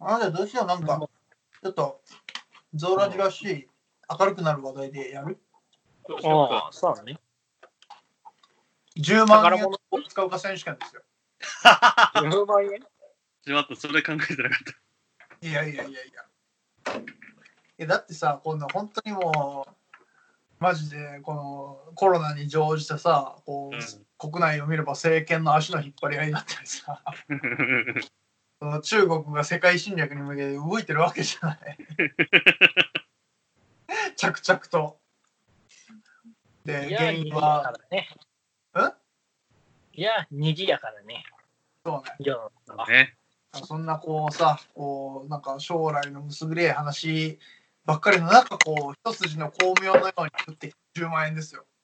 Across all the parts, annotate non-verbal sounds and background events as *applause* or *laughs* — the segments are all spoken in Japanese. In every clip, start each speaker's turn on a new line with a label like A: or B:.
A: あなたどうしよう、なんか、ちょっと、ゾーラジらしい、明るくなる話題でやる
B: どうしよう
C: あ
B: か
C: あ、。そうだね。
A: ?10 万
C: 宝
A: 円
C: 物
A: を使うか選手権ですよ。
C: *laughs* 10万円
B: ちょっと待って、それ考えてなかっ
A: いやいやいやいや。えだってさ、こんな本当にもう、マジでこのコロナに乗じてさ、こう国内を見れば政権の足の引っ張り合いだったりさ、 *laughs*
B: た。
A: その中国が世界侵略に向けて動いてるわけじゃ *laughs* ない。着々と。で、
C: いや、
A: 原
C: にぎ
A: 因
C: やか
A: は、
C: だね。
A: え
C: いや、にぎやかだね。
A: そうね、
C: 世の中は
B: ね。
A: そんなこうさ、こうなんか将来の結びれい話ばっかりの中、こう一筋の巧妙のように降ってきた10万円ですよ。
D: *laughs*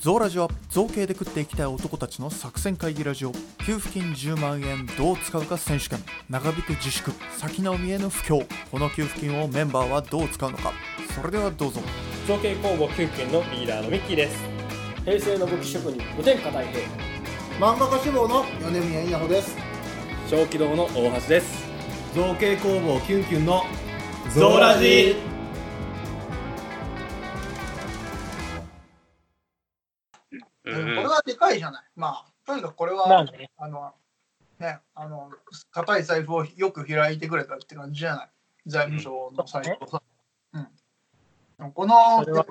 D: ゾーラジは造形で食っていきたい男たちの作戦会議ラジオ給付金10万円どう使うか選手権長引く自粛先の見えぬ不況この給付金をメンバーはどう使うのかそれではどうぞ
E: 造形工房キュンキュンのリーダーのミッキーです
F: 平成の武器職人無天下太平
G: 漫画家志望の米宮稲穂です
E: 小気道の大橋です
G: 造形工房キュンキュンの
E: ゾーラジー
A: でもこ
B: う
A: れ
B: ん。
A: はでかいじゃない。まあ、とにかくこれは、
C: まあね、 *laughs*
A: あの、ね、あの、硬い財布をよく開いてくれたって感じじゃない。財務省のサイトさ。うん。でもこの
C: それは、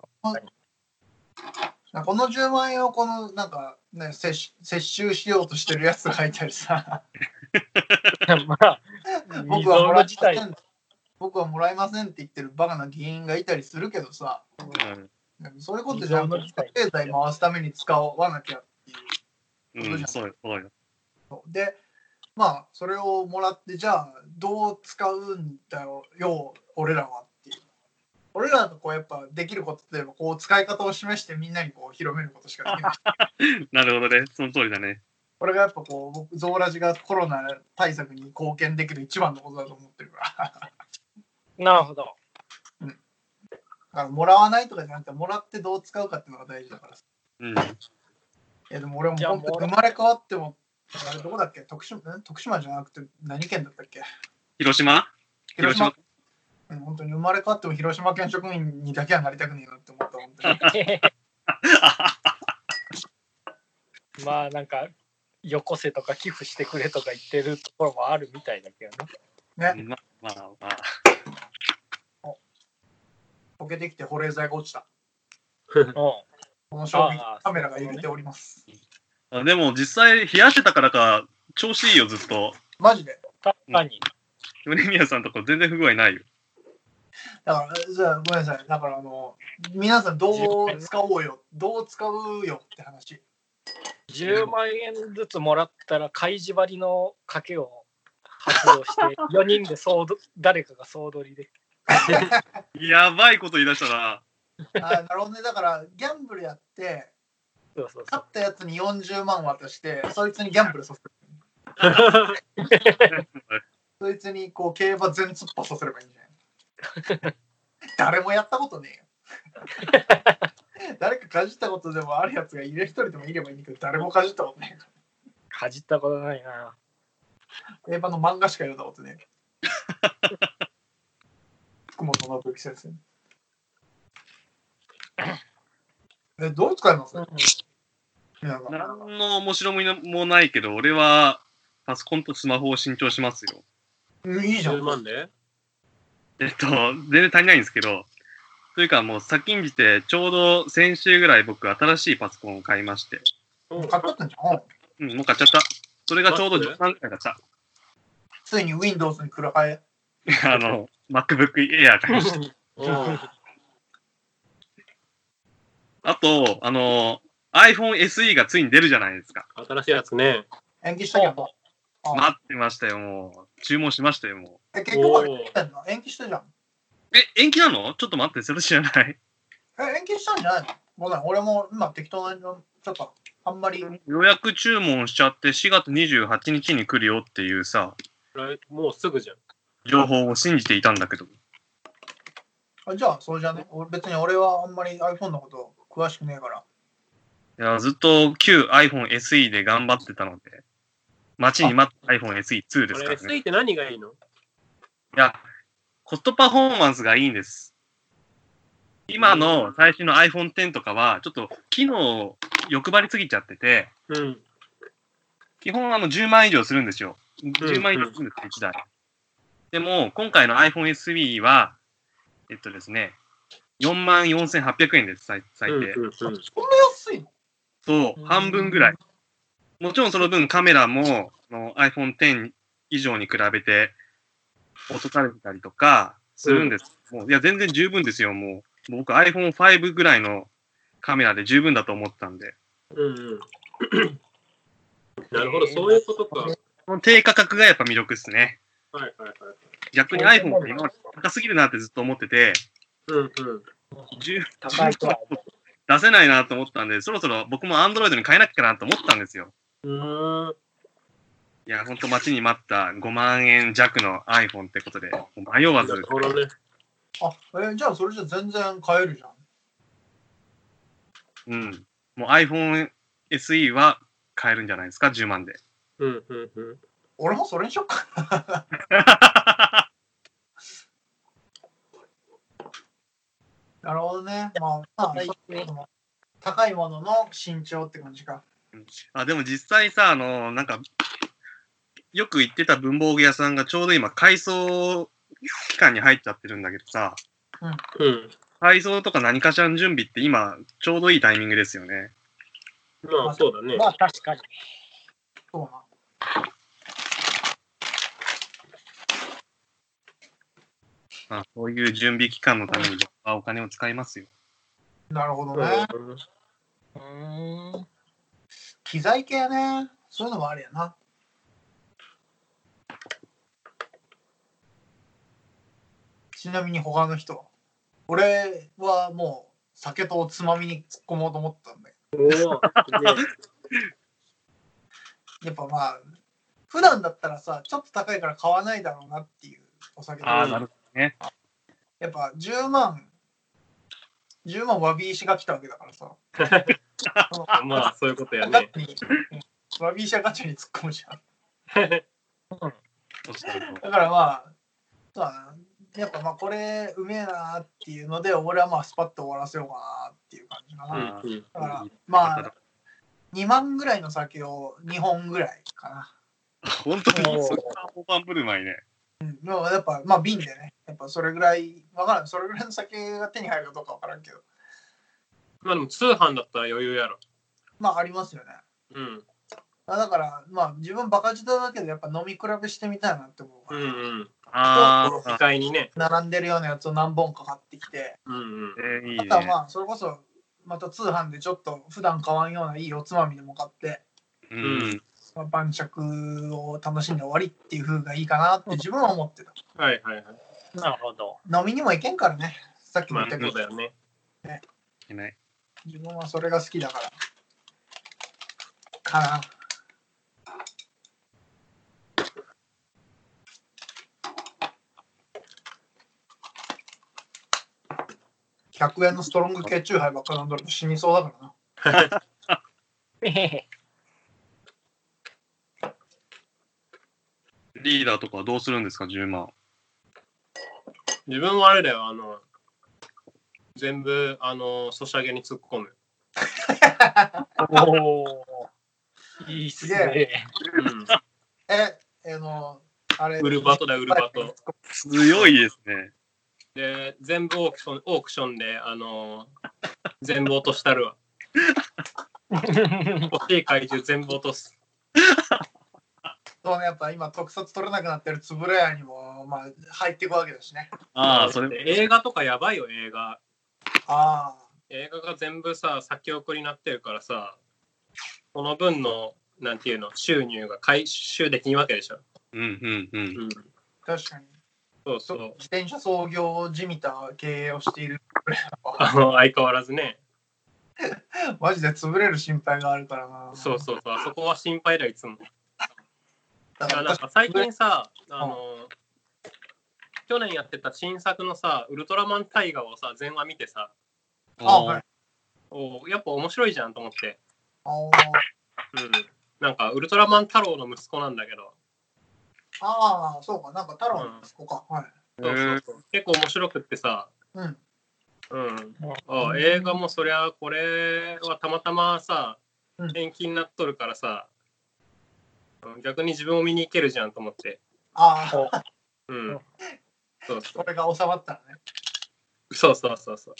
A: この10万円をこの、なんか、ね、接接収しようとしてるやつがいたり
C: *laughs*
A: さ、
C: まあ、
A: 僕
C: 未
A: は
C: 曾
A: もら
C: 有の
A: えま
C: 事
A: せ
C: 態。
A: ん。僕はもらえませんって言ってるバカな議員がいたりするけどさ、そういうことじゃなく
C: 未曾有の
A: て、経済回すために使わなきゃっていう。
B: うん。うん、そうよ、そうよ。
A: でまあそれをもらってじゃあどう使うんだよよ俺らはっていう俺らのこうやっぱできることといえばこう使い方を示してみんなにこう広めることしかできない
B: なるほどね。その通りだね。
A: これがやっぱこう僕ゾーラジがコロナ対策に貢献できる一番のことだと思ってるからだか
C: なる
A: *laughs*
C: ほど。
A: らもらわないとかじゃなくてもらってどう使うかっていうのが大事だからさ
B: うん。
A: いやでも俺も
C: じゃあ
A: 本当
C: も
A: に
C: う
A: 生まれ変わってもあれどこだっけ徳島ん徳島じゃなくて何県だったっけ
B: 広島
A: 広島うん本当に生まれ変わっても広島県職員にだけはなりたくねえなって思った本当
C: *laughs*
A: に
C: まあ、なんか、よこせとか寄付してくれとか言ってるところもあるみたいだけどね。
B: まあまあまあ。
A: 溶けてきて保冷剤が落ちた *laughs*
C: うん
A: この衝撃カメラが揺れております、
B: あでも実際冷やしてたからか調子いいよずっと
A: マジで
C: 確かに。
B: 米宮さんとか全然不具合ないよ
A: だからじゃあごめんなさいだからあの皆さんどう使おうよどう使うよって話
C: 10万円ずつもらったら、開示張りの賭けを発動 *laughs* して、4人で総ど誰かが総取りで。
B: やばいこと言い出したな
A: あーなるほどねだからギャンブルやって
C: そうそうそう
A: 勝。ったやつに40万渡してそいつにギャンブルさせるそいつにこう競馬全突破させればいいんじゃない誰もやったことねえよ誰かかじったことでもあるやつがいる一人でもいればいいんだけど誰もかじったことねえか
C: かじったことないな。
A: ら競馬の漫画しか読んだことねえ福本信之先生えどう使います、皆さん
B: 何の面白みもないけど俺はパソコンとスマホを新調しますよ
A: うんいいじゃん
E: 10万で
B: えっと全然足りないんですけどというかもう先んじてちょうど先週ぐらい僕新しいパソコンを買いまして、
A: 買っとったんじゃんうん
B: うん、もう買っちゃったそれがちょうど10万ぐらい買っちゃっ
A: ついに Windows にくら替え
B: た *laughs* あの MacBook Air *laughs* 買いました
E: うん
B: あとあの iPhone SE がついに出るじゃないですか
E: 新しいやつね
A: 延期したけどあ
B: 待ってましたよもう注文しましたよもう
A: え結局まで来てんの延期したじゃん
B: え、延期なのちょっと待って、それ知らない。 *laughs*
A: え、延期したんじゃないのごめん、俺も今適当なの、ちょっと、あんまり、
B: 予約注文しちゃって4月28日に来るよっていうさ、
E: 来もうすぐじゃん
B: 情報を信じていたんだけど。
A: あじゃあ、そうじゃね。俺別に俺はあんまり iPhone のこと詳しくねえから。
B: いやずっと旧 iPhone SE で頑張ってたので、待ちに待った iPhoneSE2 で
E: こ
B: す
E: れ
B: からね。
E: SE って何がいいの
B: いや、コストパフォーマンスがいいんです。今の最新の iPhone X とかは、ちょっと機能欲張りすぎちゃってて、
E: うん。
B: 基本あの10万以上するんですよ。10万以上するんです、1台。でも、今回の iPhone SE は、えっとですね、4万4800円です、最最低。
E: うんうんうん
A: そんな安いの
B: そう、半分ぐらい。もちろんその分カメラもあの iPhone X 以上に比べて落とされたりとかするんです。もういや、全然十分ですよ、もう。もう僕 iPhone5 ぐらいのカメラで十分だと思ったんで。
E: うんうんなるほど、そういうことか。はい
B: この低価格がやっぱ魅力ですね。
E: はいはい。
B: 逆に iPhone って今まで高すぎるなってずっと思ってて、
E: うんうん。
B: 十
C: 高いとは
B: 出せないなと思ったんで、そろそろ僕も Android に変えなきゃなと思ったんですよ。
E: うーん。
B: いや、ほんと待ちに待った5万円弱の iPhone ってことで、もう迷わ
E: な
B: ず
E: る。ほどね。
A: あ、えーじゃあそれじゃ全然買えるじゃん。
B: うん。もう iPhone SE は買えるんじゃないですか、10万で。
E: うんうんうん。
A: 俺もそれにしよっか。なるほどね。まあ、まあ、高いものの身長って感じか。
B: あ、でも実際さ、あの、なんか、よく行ってた文房具屋さんがちょうど今、改装期間に入っちゃってるんだけどさ、
E: うん。
B: 改装とか何かしらの準備って今、ちょうどいいタイミングですよね。
E: まあそうだね。
C: まあ確かに。
A: そうな。
B: まあ、そういう準備期間のために僕はお金を使いますよ。
A: なるほど
E: うん
A: ね。
E: うん
C: うーん。
A: 機材系ね。そういうのもあるやな。ちなみに他の人は俺はもう酒とおつまみに突っ込もうと思ったんだけ
E: おーすげえ
A: ど、やっぱまあ、普段だったらさ、ちょっと高いから買わないだろうなっていうお酒と
B: ああ、な
A: や
B: る
A: っぱ10万、10万わび石が来たわけだからさ。その
E: まあそういうことや
A: ガ
E: ね
A: ッ。に、わび石がガチャに突っ込むじゃん。
B: ほど。
A: だからまあ、そうだなやっぱまあこれうめえなっていうので、俺はまあスパッと終わらせようかなっていう感じかな。
E: うんうん。
A: だからまあ、2万ぐらいの酒を2本ぐらいかな。
B: 本当にそんな大盤振る舞いね。
A: うん、でもやっぱまあ瓶でね、やっぱそれぐらい、わからん、それぐらいの酒が手に入るかどうかわからんけど、
E: まあでも通販だったら余裕やろ。
A: まあありますよね。
E: うん。
A: あだからまあ自分バカ舌だけど、やっぱ飲み比べしてみたいなって思うか
E: う
A: ら、
E: んうん。
B: あ
E: この機
B: あ、
E: 会にね。
A: 並んでるようなやつを何本か買ってきて、
E: うんうん
B: え。ーいい
A: あ
B: ね
A: と。はまあそれこそ、また通販でちょっと普段買わんようないいおつまみでも買って、
B: うん。
A: まあ、晩酌を楽しんで終わりっていう風がいいかなって自分は思ってた。
E: はいはいはい。
C: なるほど。
A: 飲みにも行けんからね、さっきも
E: ま
A: 言
E: あ
A: ったけ
E: そう
A: ど、
E: だよね。
B: いけない。
A: 自分はそれが好きだから。かな。100円のストロング系チューハイばっか飲んどると死にそうだからな。
C: えへへ
B: リーダーとかはどうするんですか、10万。
E: 自分はあれだよ、あの、全部、あの、ソシャゲに突っ込む。
C: おお。いいっ
A: す
C: す
A: げ
C: ね。
E: うん。
A: え、あの、あれ。
E: ウルバトだよ、ウルバト。
B: 強いですね。
E: で、全部オークション、オークションで、あの、全部落としたるわ。欲しい怪獣全部落とす。
A: そうね、やっぱ今特撮取れなくなってるつぶらやにも、まあ、入っていくわけだしね。
B: ああ、それ。
E: 映画とかやばいよ、映画。
A: ああ、
E: 映画が全部さ、先送りになってるからさ、その分の、なんていうの、収入が回収できんわけでしょ。
B: うんうんうん。
E: うん。
A: 確かに。
E: そう
A: そ
E: そうう。
A: 自転車操業じみた経営をしている。
E: あの、相変わらずね。
A: マジで潰れる心配があるからな。
E: そうそうそう。あそこは心配だよ、いつも。
A: だ
E: いや
A: から
E: なん
A: 確
E: か
A: か
E: 最近さ、あの、去年やってた新作のさ、ウルトラマンタイガーをさ、全話見てさ、
A: あ、はい。
E: おーやっぱ面白いじゃんと思って、
A: あー
E: うん。なんかウルトラマン太郎の息子なんだけど、
A: ああ、そうか、なんか太郎の息子か。はい。
E: そうそうそう結構面白くってさ、
A: うん。
E: うん、ああ映画もそりゃこれはたまたまさ
A: うん
E: 延期になっとるからさ、うん逆に自分を見に行けるじゃんと思って、
A: ああ、
E: うん
C: うん
E: そうそ
A: これが収まったらね。
E: うそうそうそうそう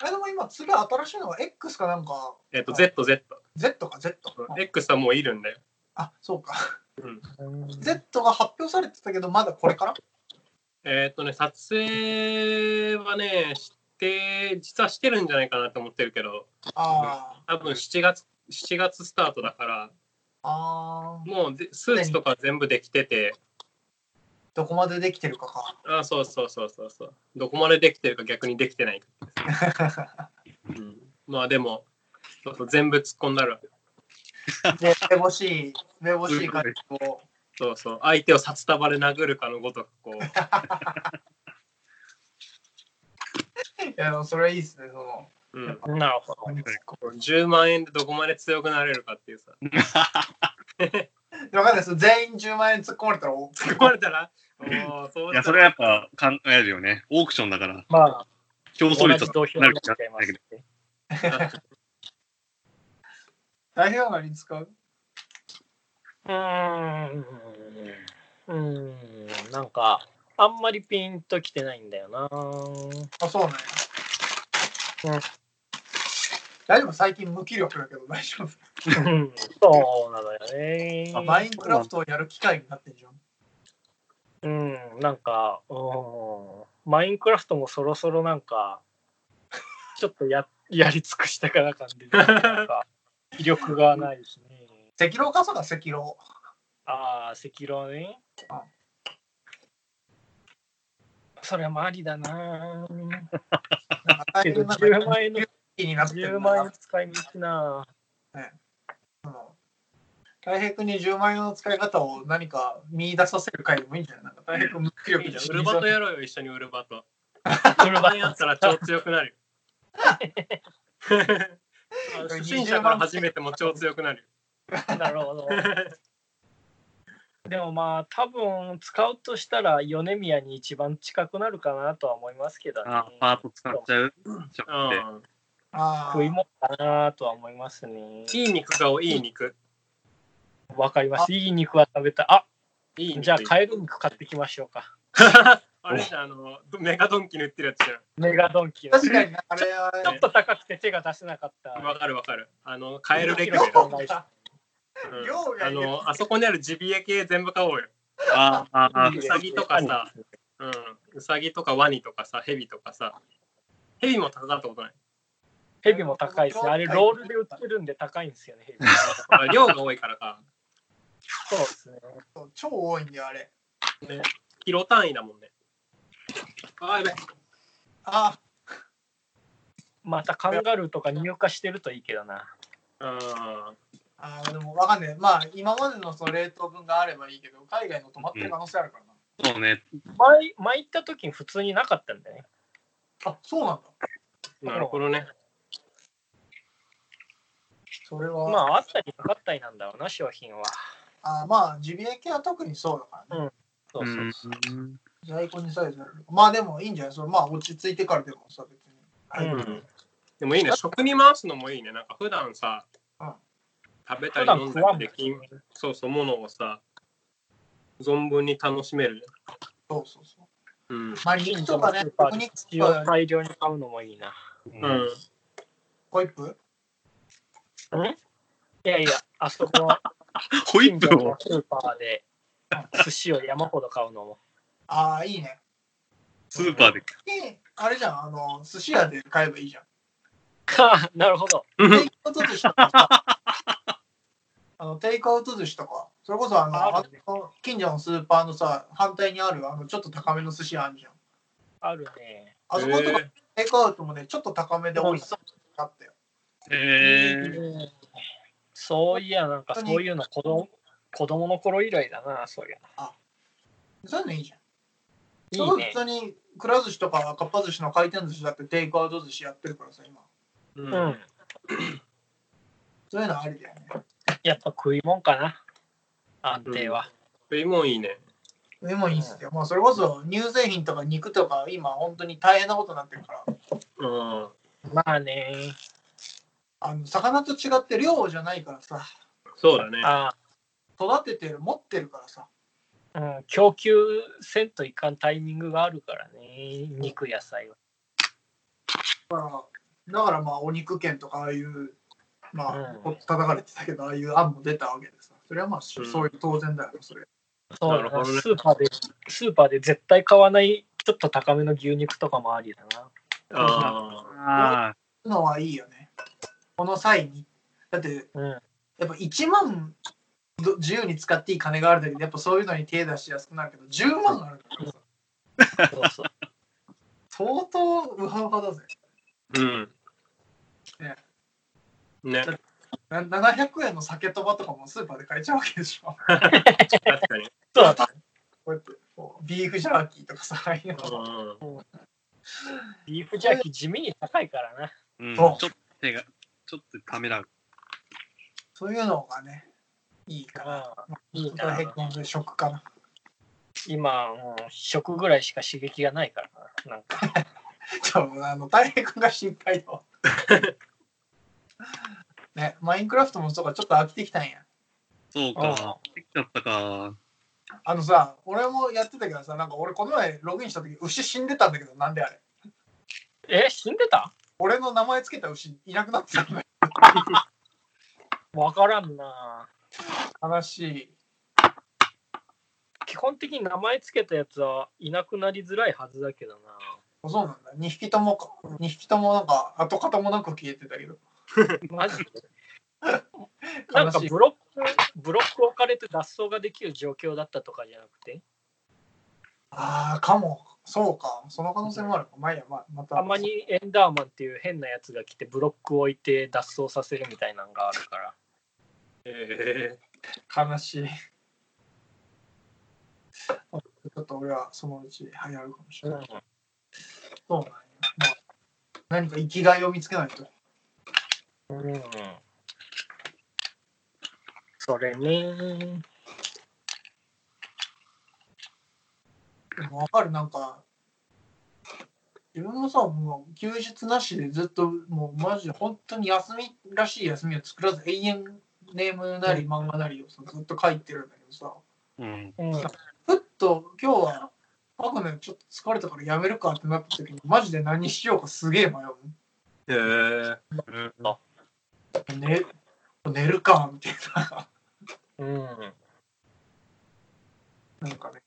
A: あれでも今、次新しいのが X かなんか、
E: えっ、と
A: はい
E: ZZ、Z
A: Z か Z か。
E: X はもういるんだよ
A: あ、そうか。
C: うん、
A: Z が発表されてたけど、まだこれから
E: えっ、とね撮影はねして実はしてるんじゃないかなと思ってるけど
A: あ
E: 多分7月7月スタートだから
A: あ、ああ、
E: もうでスーツとか全部できてて
A: どこまでできてるかか。
E: あそうそうそうそうそうどこまでできてるか逆にできてないうんまあでも、ちょっと全部突っ込んだら、
A: で、めぼしい、めぼしい感じを。
E: そうそう、相手を札束で殴るかのごとく、こう、
A: いや、でもそれはいいですね、その。
C: *laughs*
E: うん、
C: なるほど。
E: こう10万円でどこまで強くなれるかっていうさ、
A: わかんないです。全員10万円突っ込まれたら、お
E: 突っ込まれたら、おーそう
B: い
E: だ
B: や、それはやっぱ考えるよね。オークションだから、
C: まあ、
B: 競
C: 同
B: 争
C: じ
B: 率
C: 土俵
B: な
C: にな
B: る
C: っ
B: 気が
C: ちゃいま
B: ない
C: す
B: け
C: ね
B: ど。。
A: 大変なのに使う
C: うーん。うーん。なんか、あんまりピンときてないんだよな。
A: あ、そうね。
C: うん
A: 大丈夫最近無気力だけど大丈夫。
C: うんそうなのよね。
A: マインクラフトをやる機会になってんじゃん。
C: うん、なんか、うん、マインクラフトもそろそろなんか、 *laughs* ちょっとややり尽くしたかな感じで、な
A: *laughs*
C: んか、威力がないしね。
A: 赤狼かそうか、赤狼。
C: ああ、赤狼ね
A: あ。
C: それもありだな。
A: *laughs* なんか大
C: けど、
A: 変な
C: 10万円の、
A: 気になって
C: 10
A: る
C: 万円の使い道な。
A: *laughs* 大平君に10万円の使い方を何か見出させる回でもいいんじゃないなんか大平君無気力
E: いいじ
A: じ
E: ゃ
A: ゃ
E: ん
A: ん。
E: ウルバとやろうよ、一緒にウルバと。ウル *laughs* バやったら超強くなるよ。あの初心者から初めても超強くなるよ。
C: なる *laughs* ほど。でもまあ多分使うとしたら米宮に一番近くなるかなとは思いますけどね。
B: あパート使っちゃう。ちょっと
E: うん、
A: あ
C: 食い
A: ー
C: もんかなとは思いますね。
E: いい肉顔、いい肉。
C: わかります。いい肉は食べた。あ
E: いい肉
C: じゃあカエル肉買ってきましょうか。
E: あれじゃんあの、メガドンキ塗ってるやつじゃん。
C: メガドンキの。
A: 確
C: ち
A: かにねあれは
C: ょっと高くて手が出せなかった。
E: わかるわかる。あの、カエルレキュ
A: 量
E: レ
A: が量が
E: うんあの、あそこにあるジビエ系全部買おうよ。
B: ああ、ああ、
E: うさぎとかさ。うん。うさぎとかワニとかさ、ヘビとかさ。ヘビも高かったことない。
C: ヘビも高いですね。あれロールで売ってるんで高いんですよね。ヘビ
E: あ量が多いからか。
C: そうですね。
A: 超多いんだよあれ。
E: キロ単位だもんね。あ、やべ。
A: あ
C: またカンガルーとか入荷してるといいけどな。
E: うん。
A: あーでもわかんない。まあ今までのその冷凍分があればいいけど、海外の止まってる可能性あるからな。
B: そうね。
C: 前前行った時に普通になかったんだよね。
A: あそうなんだ。
E: なるほどね。
A: それは、
C: まああったりなかったりなんだろうな商品は。
A: あーまあ、ジビエ系は特にそうだからね。
C: そうそうそう。
B: うん
A: 在庫にさえされる。まあでもいいんじゃないそれまあ落ち着いてからでもさ、別に。はい
E: うん。でもいいね。食に回すのもいいね。なんか普段さ
A: うん、
E: 食べた
C: 普
E: り
C: 段
E: 飲ん
C: 食
E: だ
C: わん
E: り
C: も
E: で
C: ん
E: きん、そうそう、ものをさ、存分に楽しめる。
A: そうそうそう。
E: うん。
A: まあ肉とかね、特に
C: 一応大量に買うのもいいな。
E: うん。
A: ホイップ
C: いやいや、あそこの
B: ホイップを
C: のスーパーで寿司を山ほど買うのも。 *laughs*
A: ああ、いいね。
B: スーパーで。
A: であれじゃん、あの、寿司屋で買えばいいじゃん。
C: かなるほど。
A: テイクアウト寿司とか
C: *laughs*
A: さ。あの、テイクアウト寿司とか、それこそあの、
C: あ
A: あ
C: るね
A: の近所のスーパーのさ、反対にある、あの、ちょっと高めの寿司屋あるじゃん。
C: あるね。
A: あそこのと
E: へ
A: こ
E: ー
A: テイクアウトもね、ちょっと高めで美味しそうだったよ。
B: えー
C: うんそういや、なんかそういうの子供子供の頃以来だな、そういう
A: そういうのいいじゃん。
C: の。いいね
A: そ。れこそ普通にくら寿司とかかっぱ寿司の回転寿司だってテイクアウト寿司やってるからさ、今。
E: う。
C: うんん。
A: そういうのありだよね。
C: やっぱ食いもんかな。安定は。
E: 食いもんいいね。
A: でもいいっすよ。もうそれこそ乳製品とか肉とか今本当に大変なことになってるから、
E: うん。
C: まあね。
A: あの魚と違って量じゃないからさ、
E: そうだね。
C: あ
A: 育ててる、持ってるからさ。
C: あ、うん。供給せんといかんタイミングがあるからね。肉野菜は。
A: だから、だからまあお肉券とかああいう、まあ、
C: うん
A: こう叩かれてたけど、ああいう案も出たわけでさ。それはまあ、
E: うん
A: そういう当然だよ、それ。
C: そう
E: な
C: だ
E: るほ
C: な。
E: どね
C: スーパーで、スーパーで絶対買わない、ちょっと高めの牛肉とかもありだな。
E: あ
B: ああ、
A: のはいいよね。この際に。だって、
C: うん。
A: やっぱ1万ど自由に使っていい金があるだけで、やっぱそういうのに手出しやすくなるけど、10万あるからさ、
C: そう
E: *laughs*
C: そう。
A: 相当ウハウハだぜ。
E: あ。うん。
A: ね
E: ね。
A: な700円の酒とばとかもスーパーで買えちゃうわけでしょ。
E: 確かに。
C: そうだな。
A: こうやってこうビーフジャーキーとかさ、ああいうの
E: うん
C: ビーフジャーキー地味に高いからな。
B: うん、ち
A: そ
B: ょ
A: う
B: っと手が、ちょっとためらう。
A: そういうのがね、いいから。
C: うんいいな
A: 平均で食かな。
C: 今、うん、食ぐらいしか刺激がないからな。なんか、
A: ちょっとあの大平君が心配だわ。ね、マインクラフトもそうか、ちょっと飽きてきたんや。
B: そうか。できちゃったか。
A: あのさ、俺もやってたけどさ、なんか俺この前ログインした時、牛死んでたんだけど、なんであれ。
C: え、死んでた
A: 俺の名前つけた牛いなくなってたんだよ。
C: わからんな。
A: 悲しい。
C: 基本的に名前つけたやつはいなくなりづらいはずだけど
A: あそうなんだ。2匹ともか、2匹ともなんか跡形もなく消えてたけど。
C: な。マジで。なん
A: 悲
C: か
A: しい
C: ブ。ロック、ブロック置かれて脱走ができる状況だったとかじゃなくて、
A: ああ、かも。そうか。その可能性もあるか。まあいいや、まあまた。
C: たまにエンダーマンっていう変なやつが来てブロック置いて脱走させるみたいなのがあるから。
E: え
A: 悲しい。ち *laughs* ょっと俺はそのうち流行るかもしれない。そうなんや。まあ、何か生きがいを見つけないと。
C: うん。それね。
A: でもわかる、なんか、自分もさ、もう休日なしでずっと、もうマジで本当に休みらしい休みを作らず、永遠ネームなり漫画なりをさずっと書いてるんだけどさ、
B: うん。
C: うん。
A: ふっと今日は、パクね、ちょっと疲れたからやめるかってなった時に、マジで何しようかすげえ迷う。
E: え。ええ。
A: 寝寝るかみたいな。 *laughs*
C: うん。
A: なんかね。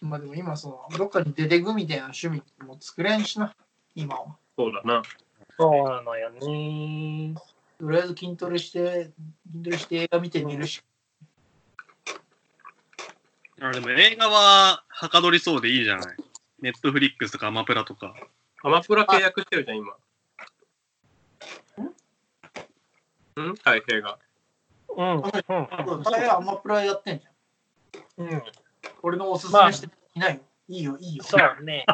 A: まあでも今その、どっかに出てくみたいな趣味も作れんしな、今は。
E: そうだな。
C: そうなのよね。
A: とりあえず筋トレして、筋トレして映画見て寝るし。
B: あでも映画ははかどりそうでいいじゃない。ネットフリックスとかアマプラとか。
E: アマプラ契約してるじゃん、今。ん太平 *laughs* が。
C: うん。うん。
A: それはアマプラやってんじゃん。
C: うん。
A: 俺のおすすめしていないよ。いいよ、いいよ。
C: そうね。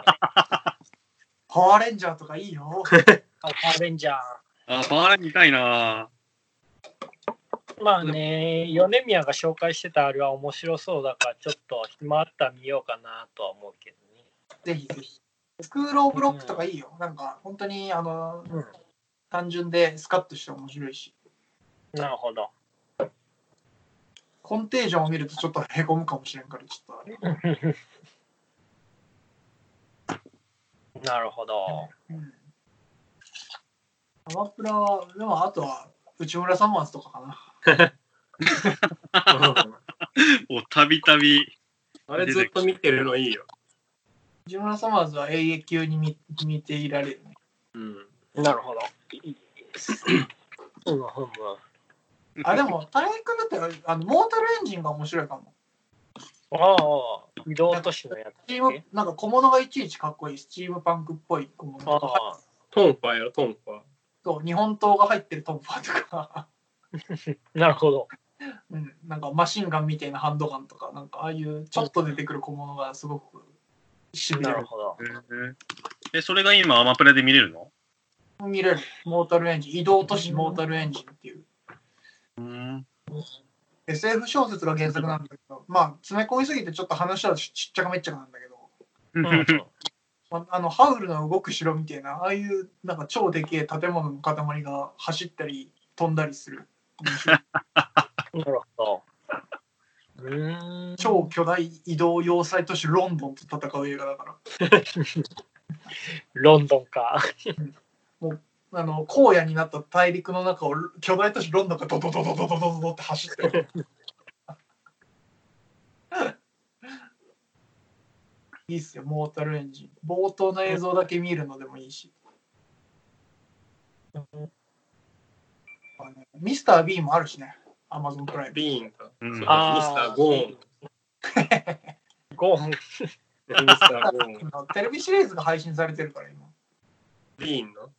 A: パワーレンジャーとかいいよ。
C: パワーレンジャー。
B: あ、パワーライン見たいな。
C: まあね、米宮が紹介してたあれは面白そうだから、ちょっと暇あったら見ようかなとは思うけ
A: ぜひぜひ。スクール・オブ・ロックとかいいよ。なんか、本当に、あの、
C: どね。
A: 単純でスカッとして面白いし。
C: うん。なるほど。
A: コンテージョンを見るとちょっとへこむかもしれんから、ちょっとあれ。
C: なるほど。
A: うんアマプラは、でもあとは内村サマーズとかかな。
B: お、たびたび。
E: あれずっと見てるのいいよ。
A: 内村サマーズは永遠級に見見ていられる、ね。
E: うん。
C: なるほど。うんうんうん。
A: あ、でも大変だったら、あのモータルエンジンが面白いかも。
C: ああ、移動都市のや
A: ス
C: つ
A: チーム。なんか小物がいちいちかっこいい、スチームパンクっぽい小物
C: あ
A: とか、
C: あ、
E: トンファーやろ、トンファー。
A: と日本刀が入ってるトンパーとか、 *laughs*
C: なるほど。
A: うん、なんかマシンガンみたいなハンドガンとか、なんかああいうちょっと出てくる小物がすごくしみ
C: な
A: る
C: る。ほど。
B: え、それが今アマプラで見れるの
A: 見れる。モータルエンジン、移動都市モータルエンジンっていう。
B: うん。
A: SF 小説が原作なんだけど、まあ、詰め込みすぎてちょっと話はちっちゃかめっちゃかなんだけど、
B: うん
A: まああの、ハウルの動く城みたいな、ああいうなんか超でけえ建物の塊が走ったり飛んだりする。
C: なるほど。うーん。
A: 超巨大移動要塞都市ロンドンと戦う映画だから。
C: ロンドンか。
A: あの荒野になった大陸の中を巨大都市ロンドンがドドドドドドドドドって走って
E: *laughs*
A: る。いいっすよ、モータルエンジン。冒頭の映像だけ見るのでもいいし。あのミスター・ビーもあるしね、アマゾンプライム。
E: ビーンと、
B: うん
E: ミスタ
C: あー
E: ー・ゴーン。ミ
C: ゴーン。
E: スター・ゴー *laughs* ン。
A: テレビシリーズが配信されてるから今。
E: ビーンの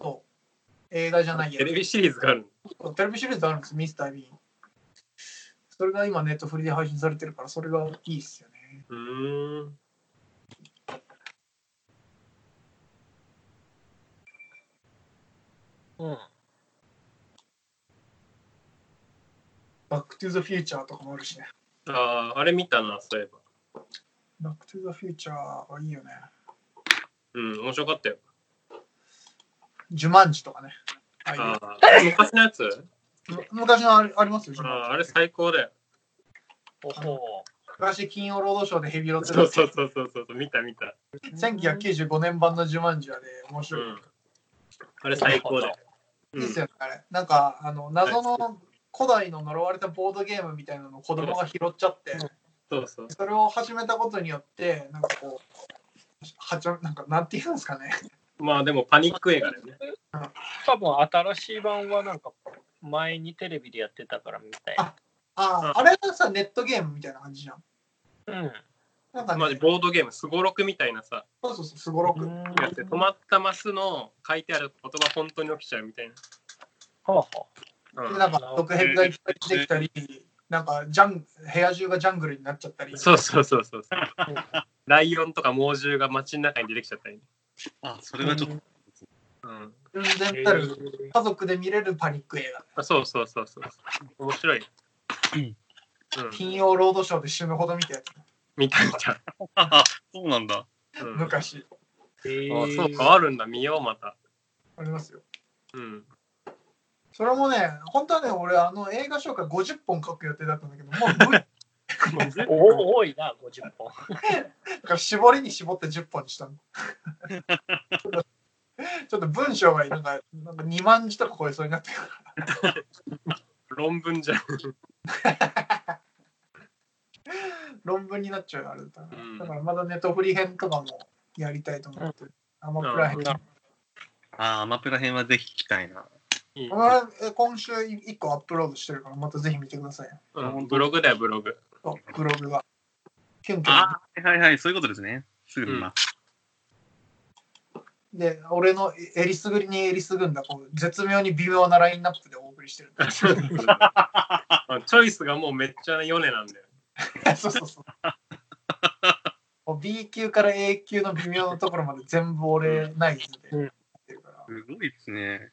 A: そう。映画じゃないや
E: テレビシリーズがある
A: テレビシリーズあるんです、ミスター・ビーン。それが今、ネットフリで配信されてるから、それがいいっすよね。
E: の。うーん。
C: うん。
A: バック・トゥ・ザ・フューチャーとかもあるしね。
E: ああ、あれ見たな、そういえば。
A: バック・トゥ・ザ・フューチャーはいいよね。
E: うん、面白かったよ。
A: ジュマンジとかね。あ
E: あ
A: あ
E: あー、昔のやつ
A: いうむ昔のありありますよ、ジ
E: あ
A: ュマン
E: あ
A: ジ
E: ー、あれ最高だよ。
C: おほ
A: 昔、金曜ロードショーでヘビロテ
E: そうそうそうそうそう、見た見た。
A: 1995年版のジュマンジはね、面
E: う
A: 白い。
E: ん。あれ最高だよ。うん
A: いいっすよね、あれ。なんか、あの、謎の古代の呪われたボードゲームみたいなのを子供が拾っちゃって。
E: そうそう。
A: それを始めたことによって、なんかこう、はちゃなんかなんていうんですかね。
E: まあでもパニック映画だよね。
C: 多分新しい版はなんか前にテレビでやってたからみたいな。
A: あ
E: う
A: あ、
E: ん
A: あれはさ、ネットゲームみたいな感じじゃん。
C: うん。
A: なんか
E: まあ
A: ね、
E: ボードゲーム、すごろくみたいなさ、
A: そうそうそう、すごろ
C: う
A: く。
C: ん
E: やって止まったマスの書いてある言葉本当に起きちゃうみたい
C: はあはあ
A: で、
E: な。う
A: なんか、毒ヘビがいっぱい出てきたり、なんか、ジャン部屋中がジャングルになっちゃったり。
E: ん、そうそうそうそうそう。ライオンとか猛獣が街の中に出てきちゃったり。
B: あ、それはちょっと。
E: うん。
A: 全然たる
C: へ
A: 家族で見れるパニック映画。
E: あそうそうそうそう。面白い。
B: う
E: うんん。
A: 金曜ロードショーで死ぬほど見たやつ。
E: 見た見た。
B: あそうなんだ。
E: うん、あ
A: 昔。
C: ー
E: そうか、あるんだ。見よう、また。
A: ありますよ。
E: うん。
A: それもね、本当はね、俺、あの映画紹介50本書く予定だったんだけど、もう無理
C: お多いな、50本。
A: だから絞りに絞って10本に
E: *laughs*
A: したの。ちょっと文章がなんかなんか2万字とか超えそうになってから。
E: 論文じゃん。
A: 論文になっちゃうよあれだったら、
E: うん
A: だからまだネットフリ編とかもやりたいと思ってる。アマプラ編。
E: うん
A: こ
B: あアマプラ編はぜひ聞きたいな。
E: いい
A: のえ今週1個アップロードしてるから、またぜひ見てくださいよ。
E: うんブログだよ、ブ *laughs* ログ。
A: そうブログが。キュンキュン
B: あはいはい、そういうことですね。すぐ見ます。
A: で、俺のえりすぐりにえりすぐんだ、こう絶妙に微妙なラインナップでお送りしてる。 *laughs*
E: あチョイスがもうめっちゃヨネなんだよ。
A: そうそうそう。もう B 級から A 級の微妙なところまで全部俺ナイズでやってるから。
B: すごいですね。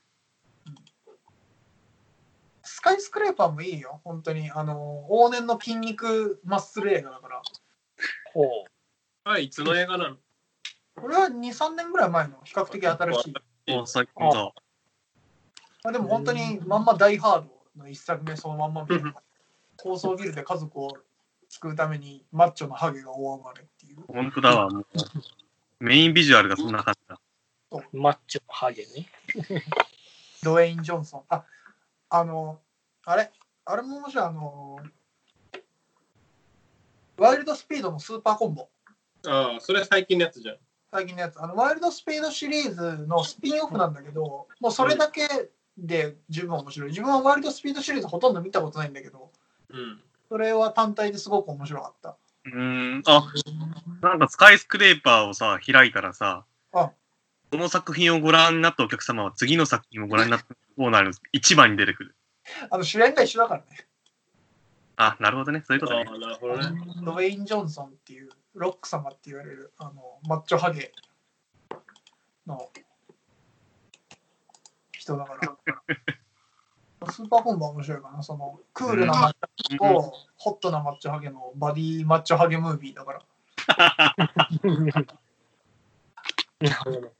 A: スカイスクレーパーもいいよ、本当に。あの、往年の筋肉マッスル映画だから。
C: ほ
E: あれ、いつの映画なの
A: これは2、3年ぐらい前の比較的新しい。
B: あ最高だ。
A: まあ、でも本当にまんまダイハードの一作目そのまんまみたいな。高層ビルで家族を救うためにマッチョのハゲが大暴れっていう。
B: 本当だわ。もうメインビジュアルがそんな感じだ。
C: う。マッチョのハゲね。
A: ドウェイン・ジョンソン。あ、あの、あれ、あれも面白い、あの、ワイルドスピードのスーパーコンボ。
E: ああ、それ最近のやつじゃん。
A: 最近のやつ。あの、ワイルドスピードシリーズのスピンオフなんだけど、もうそれだけで十分面白い。自分はワイルドスピードシリーズほとんど見たことないんだけど、
E: うん。
A: それは単体ですごく面白かった。
B: うーん。あ、なんかスカイスクレーパーをさ、開いたらさ、
A: あ
B: この作品をご覧になったお客様は次の作品をご覧になったコーナーの一番に出てくる。
A: あの、主演が一緒だからね。
B: あ、なるほどね。そういうことね
E: あ。あ、なるほどね。
A: ドウェイン・ジョンソンっていう、ロック様って言われる、あの、マッチョハゲの人だから。スーパーコンボは面白いかな。そのクールなマッチョと、ホットなマッチョハゲのバディマッチョハゲムービーだから。
C: なるほど。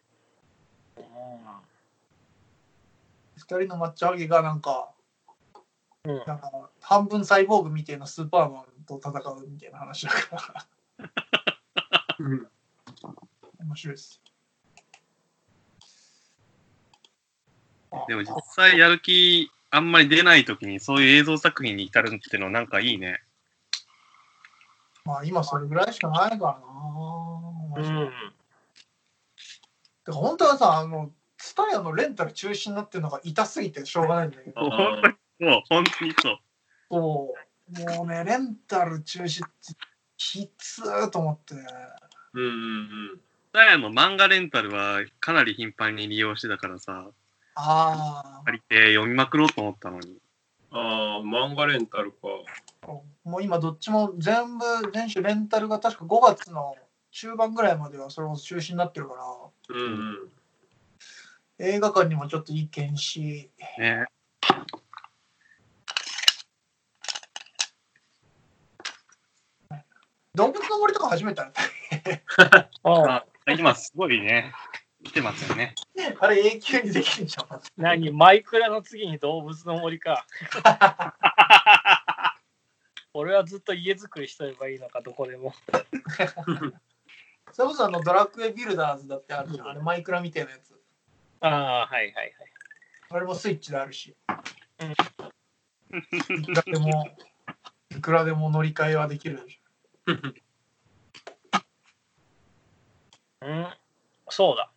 A: 二人のマッチョハゲがなんか、
C: うん
A: なんか半分サイボーグみたいなスーパーマンと戦うみたいな話だから。面白いです。
B: でも実際やる気あんまり出ないときにそういう映像作品に至るっていうのはなんかいいね。
A: まあ今それぐらいしかないからな。
E: う
A: マジで
E: ん。
A: てか本当はさ、あの、ツタヤのレンタル中止になってるのが痛すぎてしょうがないんだけど。
B: 本当にそう、本当にそう。
A: そう。もうね、レンタル中止ってきつーと思って。
E: うんうん
B: ダイヤの漫画レンタルはかなり頻繁に利用してたからさ、
A: あ
B: 借りて読みまくろうと思ったのに。
E: うん。ああ、漫画レンタルか。
A: あ、もう今どっちも全部、全種レンタルが確か5月の中盤ぐらいまではそれこそ中止になってるから、
E: うんうん。
A: 映画館にもちょっと意見し、
B: ね。
A: 動物の森とか始めたら、
C: ああ
B: あ今すごいね、来てますよね。
A: あれ永久にできるじゃん。
C: 何マイクラの次に動物の森 *laughs* か。俺はずっと家作りしとればいいのか、どこでも。
A: それこそあのドラクエビルダーズだってあるじゃん。あれマイクラみたいなやつ。
C: ああ、はいはいはい。
A: あれもスイッチであるし。
C: う
A: いくらでも、いくらでも乗り換えはできるでしょ。
C: うん、そうだ。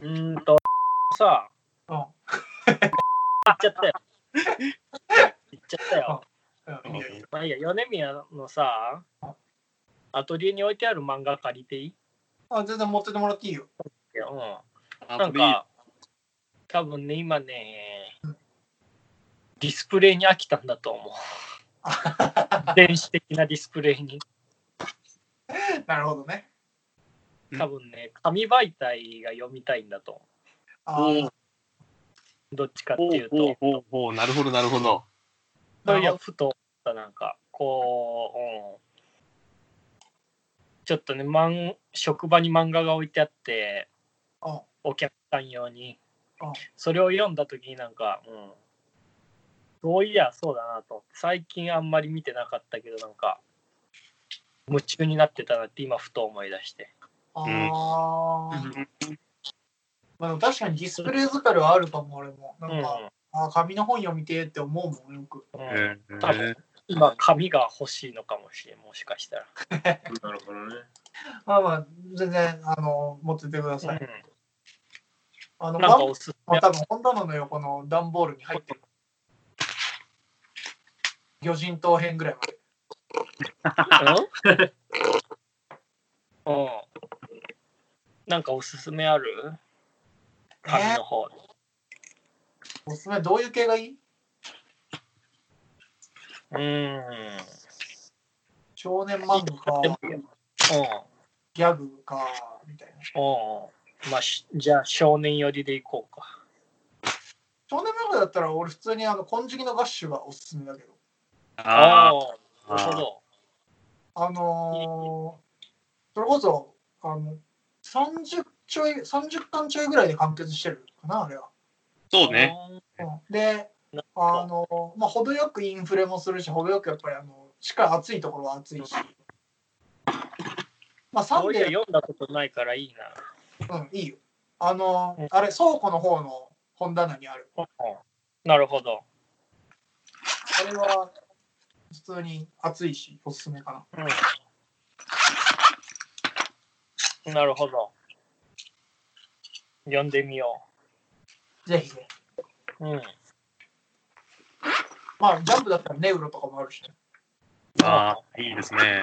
C: うーんと、さ
A: うん
C: あ。言っちゃったよ。言っちゃったよ。
A: うんいいよいいよ
C: まあいいや、米宮のさ、アトリエに置いてある漫画借りていい
A: あ全然持っててもらっていいよ。 *laughs*
C: いやう
B: あ
C: ん。なんか、多分ね、今ね、ディスプレイに飽きたんだと思 *laughs* う。電子的なディスプレイに。
A: なるほどね。
C: 多分ね、紙媒体が読みたいんだと思
A: あー
C: う。どっちかって
B: ほ
C: いううと。
B: ほうほうほう、なるほど、なるほど。
C: そういや、ふと思った、なんか、こう、うん、ちょっとね、まん職場に漫画が置いてあって、
A: あ
C: お客さん用に
A: あ。
C: それを読んだときになんか、うん、そういや、そうだなと思って。最近あんまり見てなかったけど、なんか、夢中になってたなって今、ふと思い出して。
A: あ
B: う
A: ー、
B: ん
A: まあでも確かにディスプレイ疲れはあるかも、俺も。な
C: うんん。
A: か、あー紙の本読みてーって思うもん、よく。
C: うん、
B: え
C: 多分今、紙が欲しいのかもしれん、もしかしたら。
E: なるほどね。
A: まあまあ、全然、あの、持っててください。
C: う
A: あの、
C: ん、なん
A: バ
C: か
A: ン
C: おすす
A: ま
C: め
A: あ、多分本棚の横の段ボールに入ってる。魚人島編ぐらいまで。
C: うんうん。なんかおすすめある紙の方。
A: おすすめ、どういう系がいいう
C: ーん。
A: 少年漫画か、
C: うん。うん。
A: ギャグか、みたいな。
C: まあ、しじゃあ少年寄りでいこうか。
A: 少年漫画だったら、俺普通にあの、金色のガッシュがおすすめだけど。
C: あ
B: あ
C: あ。なるほど。
A: あのー、それこそ、あの、30ちょい、30巻ちょいぐらいで完結してるかな、あれは。
B: そうね。
A: うん、で、
C: なるほど。
A: あの、まあ、程よくインフレもするし、程よくやっぱり、あの、しっかり暑いところは暑いし。まあ、サン
C: そういや
A: デー、
C: 読んだことないからいいな。
A: うん、いいよ。あの
C: うん、
A: あれ、倉庫の方の本棚にある。
C: うんなるほど。
A: あれは、普通に暑いし、おすすめかな。
C: うん。なるほど。読んでみよ
A: ぜひね。
C: う。うん。
A: まあ、ジャンプだったらネウロとかもあるしね。
B: ああ、いいですね。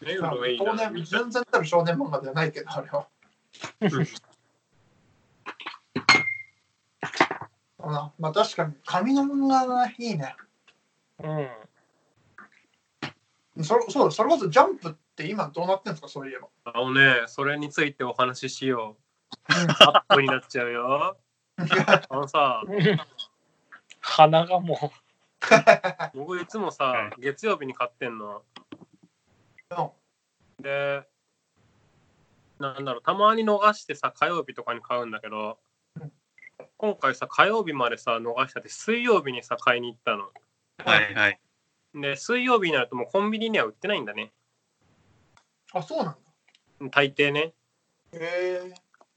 E: レ
A: ま
E: ウ
A: あ
E: のがいい
A: 少
E: な。
A: 年、全然多分少年漫画ではないけど、あれは。そうなまあ確かに紙の漫画がいいね。
C: うん。 *laughs*
A: それそうだそれこそジャンプって今どうなってんですかそういえば。 *laughs*
E: あのね、それについてお話ししよう。アップになっちゃうよ。あのさ、
C: 鼻がも
E: 僕いつもさ、月曜日に買ってんの。
A: うん
E: で、なんだろう、たまに逃してさ、火曜日とかに買うんだけど
A: うん、
E: 今回さ、火曜日までさ、逃しちゃって、水曜日にさ、買いに行ったの。
B: はいはい。
E: で、水曜日になるともうコンビニには売ってないんだね。
A: あ、そうなんだ。
E: 大抵ね。
A: へえ。
C: う、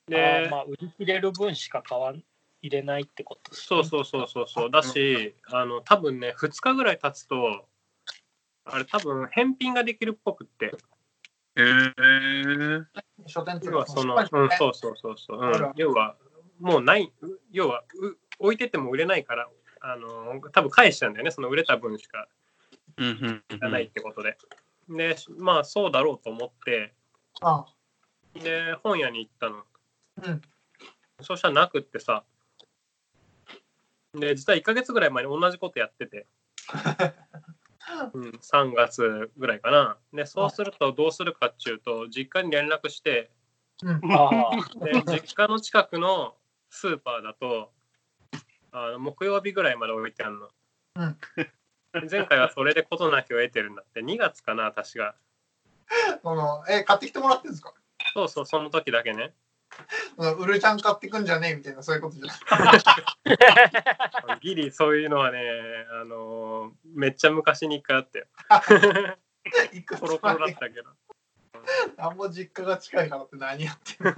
E: で
C: あー、まあ、売り切れる分しか買わん入れないってことです
E: そうそうそうそうそう。だし、あの、多分ね、2日ぐらい経つと、あれ多分返品ができるっぽくって。
B: えー、
A: 書店と
E: 要は
A: か
E: その、うん、そうそうそうそう。う
A: あるあ
E: ん
A: る、
E: 要は、もうない、う要はう、置いてても売れないから、あの、多分返しちゃうんだよね、その売れた分しか
B: うんうんうん
E: いらないってことで。で、まあ、そうだろうと思って、
A: あ
E: で、本屋に行ったの。
A: うん。
E: そしたらなくってさ、で、実は1ヶ月ぐらい前に同じことやってて、うん、3月ぐらいかな。で、そうするとどうするかっちゅうと、実家に連絡して、
C: ああ
E: で
A: *laughs*
E: 実家の近くのスーパーだとあの木曜日ぐらいまで置いてあるの、
A: うん
E: 前回はそれで事なきを得てるんだって2月かな私が
A: そのえ買ってきてもらってるんですか *laughs*
E: そうそうその時だけね
A: そのウルちゃん買ってくんじゃねえみたいなそういうことじゃない
E: ギリそういうのはねあのーめっちゃ昔に一回あって
A: *laughs* 行く
E: コロ
A: つ
E: コロ
A: ま
E: だっ
A: り
E: たけど
A: あんま実家が近いからって何やって
E: *laughs*
A: る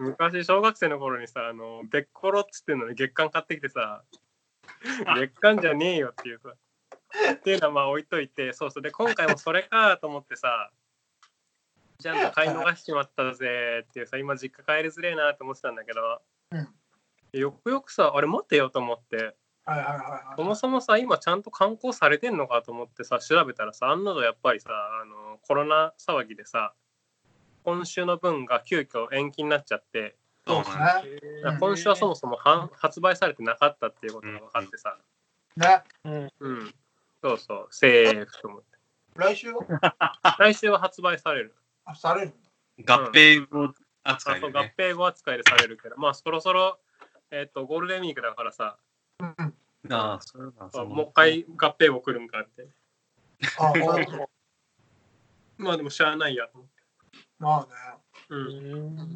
E: 昔小学生の頃にさあのべっころっつってんのに月刊買ってきてさ月刊じゃねえよっていうさっていうのはまあ置いといてそうそうで今回もそれかと思ってさジャンプ買い逃しちまったぜっていうさ今実家帰りづれえなと思ってたんだけど、
A: うん
E: よくよくさあれ待てよと思って
A: はいはいはいは
E: そ
A: い
E: もそもさ今ちゃんと観光されてんのかと思ってさ調べたらさ案の定やっぱりさあのコロナ騒ぎでさ今週の分が急遽延期になっちゃって
B: そうなんだ。
A: ね
E: だから今週はそもそも販発売されてなかったっていうことが分かってさ、
A: ね
E: うん、そうそう、セーフと思って。
A: 来週は
E: 来週は発売される。
A: あされるんだ
B: 合併を
E: そ
B: 扱
E: う
B: い
E: そ
B: で
E: う合
B: ね。
E: 併後扱いでされるけど、まあそろそろ、えっとゴールデンウィークだからさ、
A: うん
B: ああ、そうなんだ。
E: もう一回合併後来るんかって。
A: あ
E: *laughs*
A: そういうこと
E: まあでも知らないやと思って。
A: まあね
E: うん、
A: だ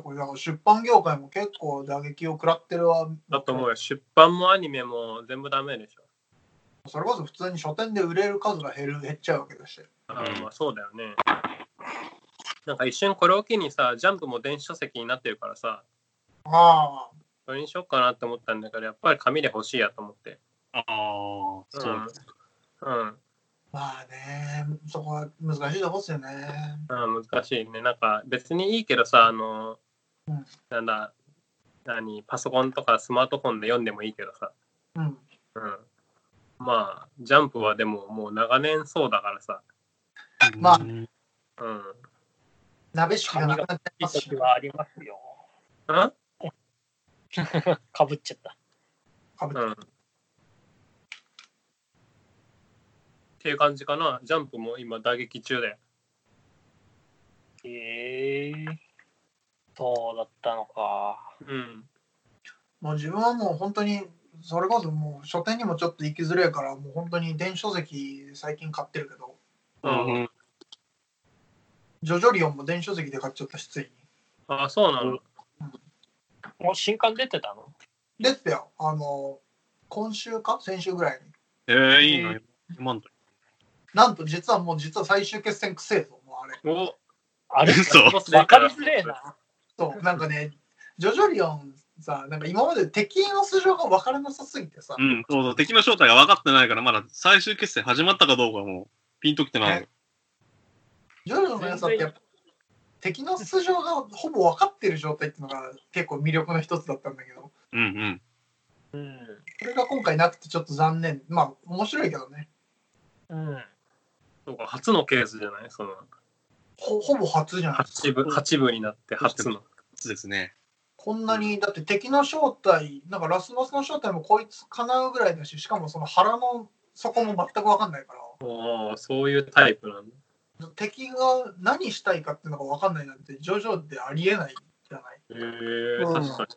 A: からだから出版業界も結構打撃を食らってるわ
E: だと思うよ。出版もアニメも全部ダメでしょ。
A: それこそ普通に書店で売れる数が減る減っちゃうわけだし
E: あーまあそうだよね。なんか一瞬これを機にさ、ジャンプも電子書籍になってるからさ、
A: ああ
E: それにしようかなって思ったんだけど、やっぱり紙で欲しいやと思って。
B: ああ、そう。
E: うん、
A: まあねそこは難しいとこっすよね
E: うん、難しいね。なんか別にいいけどさ、あの、
A: うん
E: なんだ、何、パソコンとかスマートフォンで読んでもいいけどさ、
A: うん
E: うん。まあ、ジャンプはでももう長年そうだからさ、
A: まあ
B: うん
E: うん。
A: 鍋しかなくなっちゃいますし
C: 時はありますよ。
E: あ
C: かぶっちゃった。
A: かぶっ
E: うん。っていう感じかな。ジャンプも今打撃中で。
C: ええそうだったのか。
E: うん。
A: もう自分はもう本当にそれこそもう書店にもちょっと行きづらいからもう本当に電子書籍最近買ってるけど
B: うん
A: ジョジョリオンも電子書籍で買っちゃったしついに
E: あ、そうなの。
C: もう新刊出てたの
A: 出てたよあの今週か先週ぐらいに
B: えー、いいのよ。今のと
A: なんと実はもう実は最終決戦くせえぞもうあれ
E: お
C: あれ
B: 嘘
C: わかりづれえな。
B: *laughs*
A: そうなんかねジョジョリオンさなんか今まで敵の素性が分からなさすぎてさ、
B: うん、そうそう。敵の正体が分かってないから、まだ最終決戦始まったかどうかもピンときてない。
A: ジョジョの良さってやっぱ敵の素性がほぼ分かってる状態っていうのが結構魅力の一つだったんだけど
B: うんうん。
C: うん。
A: それが今回なくてちょっと残念まあ面白いけどね
C: うん。
E: そうか、初のケースじゃないその、
A: ほほぼ初じゃない
E: 8部、八部になって初の。
B: そうですね。
A: こんなにだって敵の正体なんかラスボスの正体もこいつ叶うぐらいだししかもその腹の底も全く分かんないから
E: おーそういうタイプなんだ。
A: 敵が何したいかっていうのが分かんないなんてジョジョでありえないじゃない
E: へえ、確か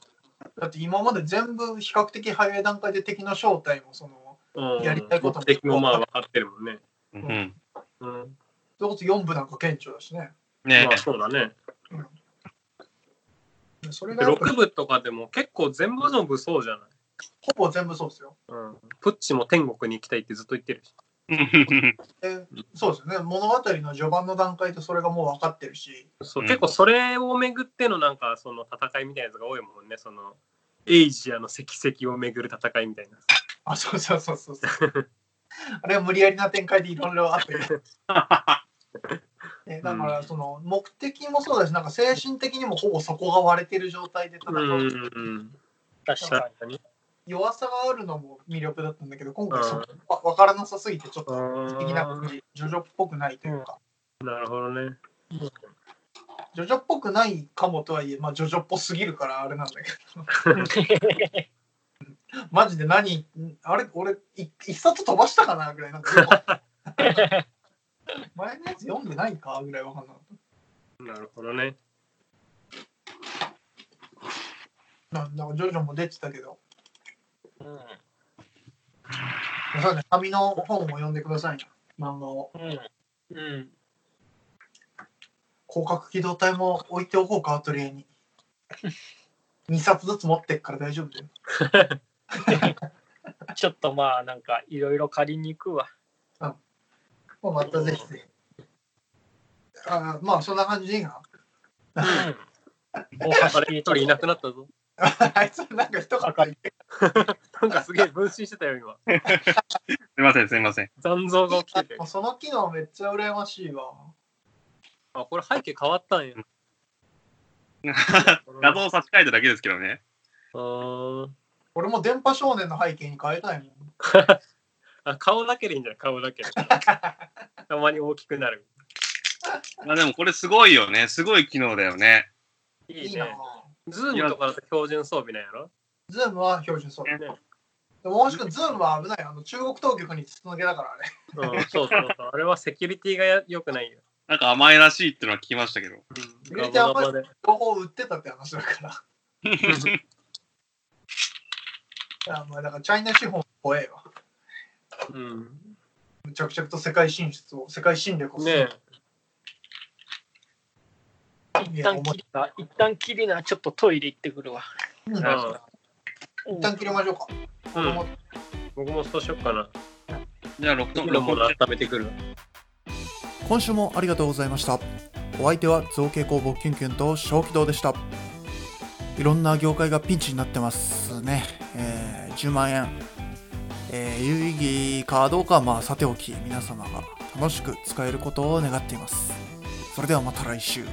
A: だって今まで全部比較的早い段階で敵の正体もその、
E: うん
A: やりたいことも
E: 目的もまあ分かってるもんね。
B: うん。
E: うん。
A: それこそ4部なんか顕著だしね。
B: ね *laughs*
E: まあそうだね。
A: それ
E: で
A: がやっぱ
E: 6部とかでも結構全部の部そうじゃない。
A: ほぼ全部そうですよ。
E: うん。プッチも天国に行きたいってずっと言ってるし。
A: でそうですよね。物語の序盤の段階でそれがもう分かってるし、
E: そううん結構それをめぐってのなんかその戦いみたいなやつが多いもんね。そのエイジアの石石をめぐる戦いみたいな。
A: あ、そうそうそうそうそう。あれは無理やりな展開でいろいろあ
E: *laughs*
A: って。ねだからその目的もそうだし、なんか精神的にもほぼそこが割れてる状態で戦
E: う
A: う、
E: んうん。
C: 確か
E: 確かに。
A: 弱さがあるのも魅力だったんだけど、今
E: う
A: 回そ
E: ん
A: こは分からなさすぎて、ちょっと
E: あ
A: 的な感
E: ー
A: じ、ジョジョっぽくないというか、
E: なるほどね。
A: ジョジョっぽくないかもとはいえ、まあ、ジョジョっぽすぎるからあれなんだけ
C: に。
A: ど、 *laughs* マジで何、んあれ、俺、い一冊飛ばしたかなぐらい、なんかよくわかん
E: *laughs*
A: ない、前のやつ読んでないかぐらい分かんなかっ
E: なるほどね。
A: た。なんだかジョジョも出てたけど、
C: うん
A: そうね、紙の本を読んでくださいね。漫画を。
C: うん。うん。
A: 広角機動隊も置いておこうか、アトリエに。2冊ずつ持ってっから大丈夫だよ。
C: ちょっとまあ、なんか、いろいろ借りに行くわ。
A: もうまたぜひぜひあーまあ、そんな感じでいいな。 *laughs*
C: うん。大
E: *laughs* あ
C: 橋
E: れ、一人いなくなったぞ。
A: あいつなんか一言言って
E: なんかすげえ分身してたよ、今。
B: すいません、すいません。
E: 残像が起きてて
A: あ。その機能めっちゃ羨ましいわ。
E: あ、これ背景変わった
A: *laughs*
E: んや。
B: 画像を差し替えただけですけどね。
E: うーん
A: 俺も電波少年の背景に変えたいもん。
E: あ顔だけでいいんじゃない顔だ
A: *laughs*
E: けで。たまに大きくなる。
B: まあでもこれすごいよね。すごい機能だよね。
E: い
A: い
E: い
A: いな
E: ね。。ズームとかだと標準装備なんやろ
A: ズームは標準装備。
E: ね
A: でももしくはズームは危ない。あの中国当局に筒抜けだからあれ。
E: うん、そうそうそう。あれはセキュリティがや良くないよ。
B: なんか甘いらしいっていうのは聞きましたけど。
E: うん、
A: 入れ
E: ガ
A: てあん
E: バ
A: まり
E: ガバで。
A: 情報を売ってたって話だから。
D: *laughs*
A: あまあだからチャイナ資本怖えわ。
E: うん。
A: むちゃくちゃと世界進出を、世界侵略をす
E: ね
A: る
E: え。
A: い
C: 一
A: や
C: 旦切りな、一旦切りな、ちょっとトイレ行ってくるわ。
A: うん一
C: うん
A: 旦切りましょうか。
E: う
A: 子
E: ん
A: 供、
E: 僕もそうしよっかな。
B: じゃあ、6
E: ど
B: ト
E: んなもの温めてくる
D: 今週もありがとうございましたお相手は造形工房キュンキュンと小気道でしたいろんな業界がピンチになってますね、えー10万円、えー有意義かどうかはまあさておき皆様が楽しく使えることを願っていますそれではまた来週